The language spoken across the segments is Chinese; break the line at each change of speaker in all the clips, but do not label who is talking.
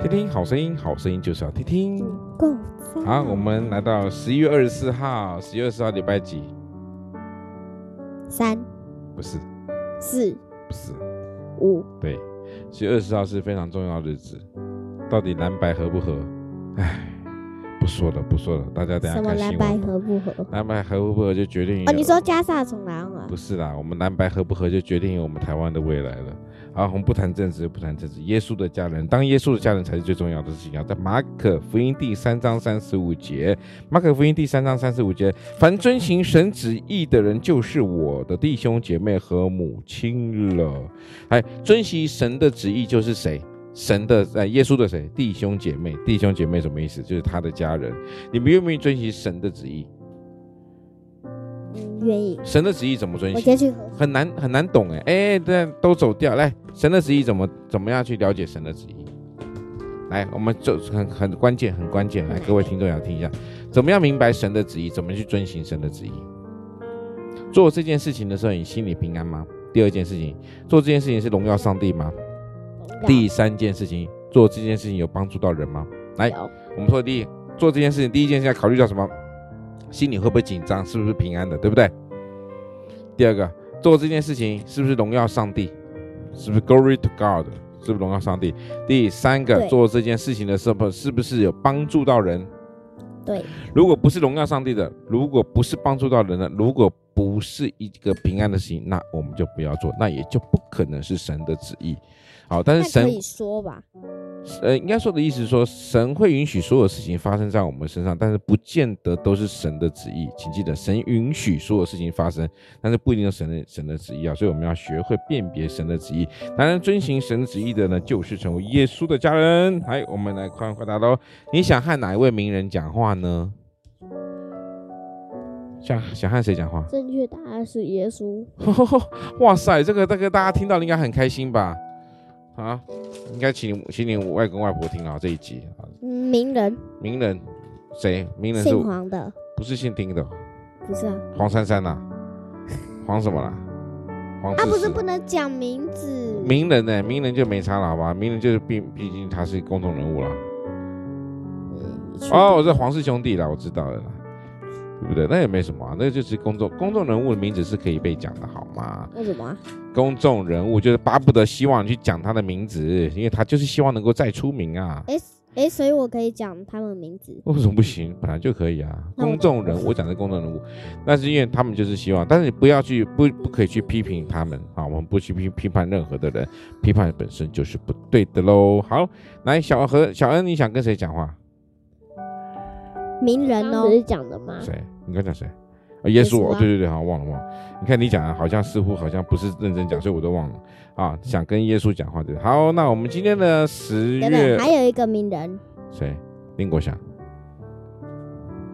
听听好声音，好声音就是要听听。
够
好，我们来到十一月二十四号，十一月二十号礼拜几？
三
不是，
四
不是，
五，
对，十一月二十四号是非常重要的日子。到底蓝白合不合？唉，不说了，不说了，大家等一下
什么
看
蓝
新
白
闻吧。
合不合？
蓝白合不合就决定于
哦，你说加萨从哪啊
不？是啦，我们蓝白合不合就决定于我们台湾的未来了。好，我们不谈政治，不谈政治。耶稣的家人，当耶稣的家人才是最重要的事情啊！在马可福音第三章三十五节，马可福音第三章三十五节，凡遵行神旨意的人，就是我的弟兄姐妹和母亲了。哎，遵行神的旨意就是谁？神的呃，耶稣的谁？弟兄姐妹，弟兄姐妹什么意思？就是他的家人。你们愿不愿意遵行神的旨意？
嗯，愿意。
神的旨意怎么遵
我
行
直？接去合。
很难很难懂哎哎，这都走掉。来，神的旨意怎么怎么样去了解神的旨意？来，我们就很很关键，很关键。来，各位听众也要听一下，怎么样明白神的旨意？怎么去遵行神的旨意？做这件事情的时候，你心里平安吗？第二件事情，做这件事情是荣耀上帝吗？第三件事情，做这件事情有帮助到人吗？来
有
我们说的第一，做这件事情，第一件事要考虑到什么？心里会不会紧张？是不是平安的？对不对？第二个，做这件事情是不是荣耀上帝？是不是 glory to God？是不是荣耀上帝？第三个，
对
做这件事情的时候，是不是有帮助到人？
对，
如果不是荣耀上帝的，如果不是帮助到人的，如果不是一个平安的事情，那我们就不要做，那也就不可能是神的旨意。好，但
那
是神
可以说吧？
呃，应该说的意思是说，神会允许所有事情发生在我们身上，但是不见得都是神的旨意。请记得，神允许所有事情发生，但是不一定是神的神的旨意啊。所以我们要学会辨别神的旨意。当然，遵行神旨意的呢，就是成为耶稣的家人。来，我们来快回答喽。你想和哪一位名人讲话呢？想想和谁讲话？
正确答案是耶稣。
哇塞，这个这个大家听到了应该很开心吧？啊，应该请你请你外公外婆听了这一集啊。
嗯名人，
名人谁？名人是
姓黄的，
不是姓丁的？
不是啊？
黄珊珊呐、黄什么啦？黄
他
志
啊不是
士。
不能讲名字。
名人呢、名人就没差了，好吧？名人就是毕毕竟他是公众人物啦。
嗯
哦，我是黄氏兄弟啦，我知道了啦，对不对？那也没什么、啊，那就是公众公众人物的名字是可以被讲的，好吗？
为什么啊？
公众人物就是巴不得希望你去讲他的名字，因为他就是希望能够再出名啊。
诶，所以我可以讲他们名字。
为什么不行？本来就可以啊。
那我
公众人物，我讲的公众人物，那是因为他们就是希望，但是你不要去不不可以去批评他们啊，我们不去批批判任何的人，批判本身就是不对的喽。好，来小何小恩，你想跟谁讲话？
名人哦，
不是讲的吗？
谁？你刚讲谁？啊，耶稣
耶
哦
稣，啊
对对对，好忘了忘了。你看你讲的好像似乎好像不是认真讲，所以我都忘了啊。想跟耶稣讲话对不对。好，那我们今天的十
对不
月
对？还有一个名人，
谁？林国祥。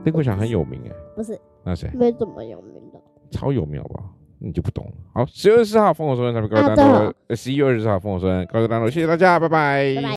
林国祥很有名哎，
不是
那谁？
没怎么有名的。
超有妙吧？你就不懂了。呃好，十月二十号烽火收人，咱们高
啊
单
对哦
多，十一月二十号烽火收人，高单多，谢谢大家，拜拜
拜拜。